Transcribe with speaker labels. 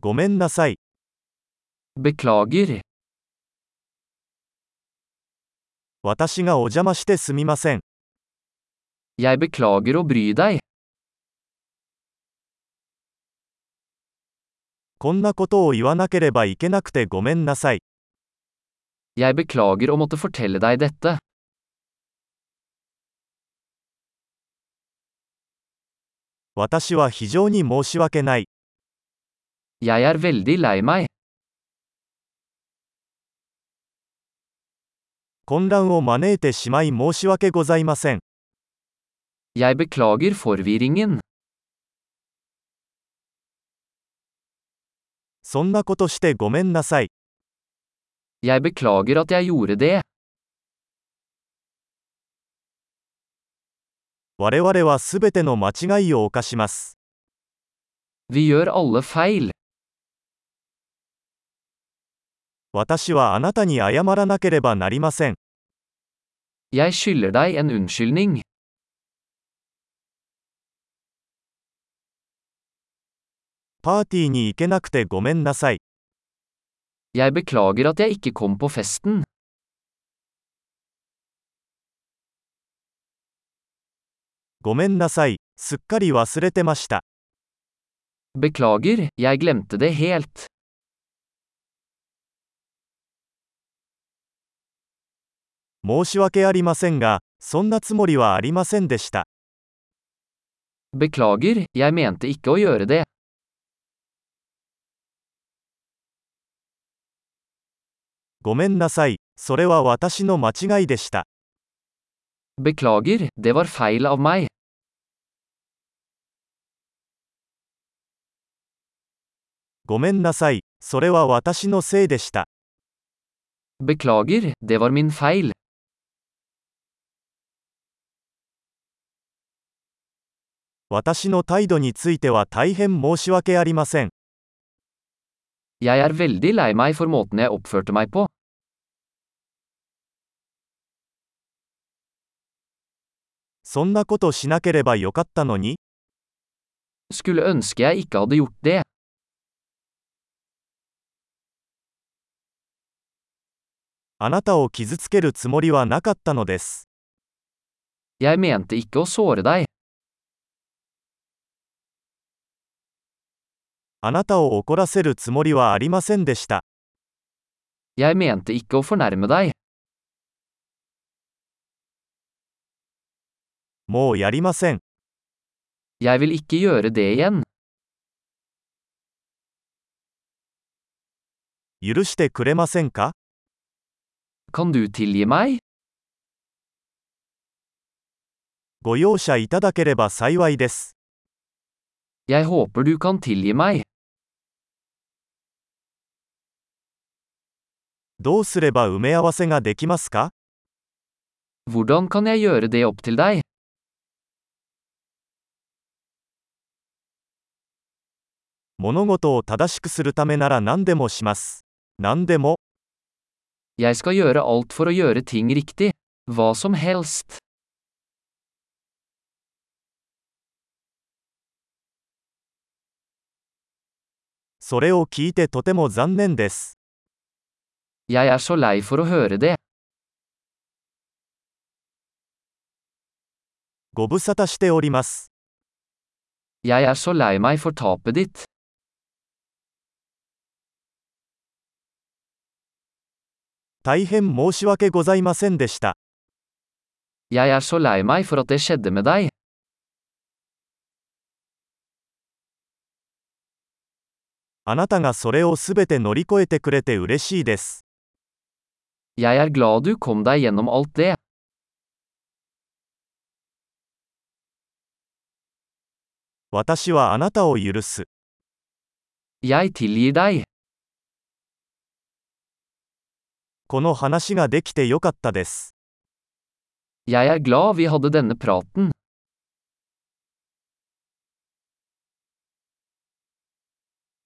Speaker 1: ごめんなさい。
Speaker 2: Beklager.
Speaker 1: 私がお邪魔してすみません。
Speaker 2: Jeg beklager å bry deg.
Speaker 1: こんなことを言わなければいけなくてごめんなさい。
Speaker 2: Jeg beklager å måtte fortelle deg dette.
Speaker 1: 私は非常に申し訳ない。
Speaker 2: Jeg er veldig lei meg.
Speaker 1: 混乱を招いてしまい申し訳ございません。
Speaker 2: Jeg beklager forvirringen.
Speaker 1: そんなことしてごめんなさい。
Speaker 2: Jeg beklager at jeg gjorde det.
Speaker 1: 我々はすべての間違いを犯します。
Speaker 2: Vi gjør alle feil.
Speaker 1: 私はあなたに謝らなければなりません。
Speaker 2: Jeg skylder deg en unnskyldning.
Speaker 1: パーティーに行けなくてごめんなさい。
Speaker 2: Jeg beklager at jeg ikke kom på festen.
Speaker 1: ごめんなさい。すっかり忘れてました。
Speaker 2: Beklager, jeg glemte det helt.
Speaker 1: 申し訳ありませんが、そんなつもりはありませんでした。
Speaker 2: Beklager, jeg mente ikke å gjøre det.
Speaker 1: ごめんなさい。それは私の間違いでした。
Speaker 2: Beklager, det var feil av meg.
Speaker 1: ごめんなさい。それは私のせいでした。
Speaker 2: Beklager, det var min feil.
Speaker 1: 私の態度については大変申し訳ありません。
Speaker 2: Jeg er veldig lei meg for måten jeg oppførte meg på.
Speaker 1: そんなことしなければよかったのに、
Speaker 2: Skulle ønske jeg ikke hadde gjort det.
Speaker 1: あなたを傷つけるつもりはなかったのです。
Speaker 2: Jeg mente ikke å såre deg.
Speaker 1: あなたを怒らせるつもりはありませんでした。
Speaker 2: Jeg mente ikke å fornærme deg.
Speaker 1: もうやりません。
Speaker 2: Jeg vil ikke gjøre det igjen.
Speaker 1: 許してくれませんか
Speaker 2: Kan du tilgi meg?
Speaker 1: ご容赦いただければ幸いです。
Speaker 2: Jeg håper du kan tilgi meg.
Speaker 1: どうすれば埋め合わせができますか
Speaker 2: Hvordan kan jeg gjøre det opp til deg?
Speaker 1: 物事を正しくするためなら何でもします。何でも、
Speaker 2: Jeg skal gjøre alt for å gjøre ting riktig. Hva som helst.
Speaker 1: それを聞いてとても残念です。
Speaker 2: Jeg er så lei for å høre det.
Speaker 1: ご無沙汰しております。
Speaker 2: Jeg er så lei meg for tapet ditt.
Speaker 1: 大変申し訳ございませんでした。
Speaker 2: Jeg er så lei meg for at det skjedde med deg.
Speaker 1: あなたがそれをすべて乗り越えてくれて嬉しいです。
Speaker 2: Jeg er glad du kom deg gjennom alt det.
Speaker 1: 私はあなたを許す。
Speaker 2: Jeg tilgir deg.
Speaker 1: この話ができてよかったです。
Speaker 2: Jeg er glad vi hadde denne praten.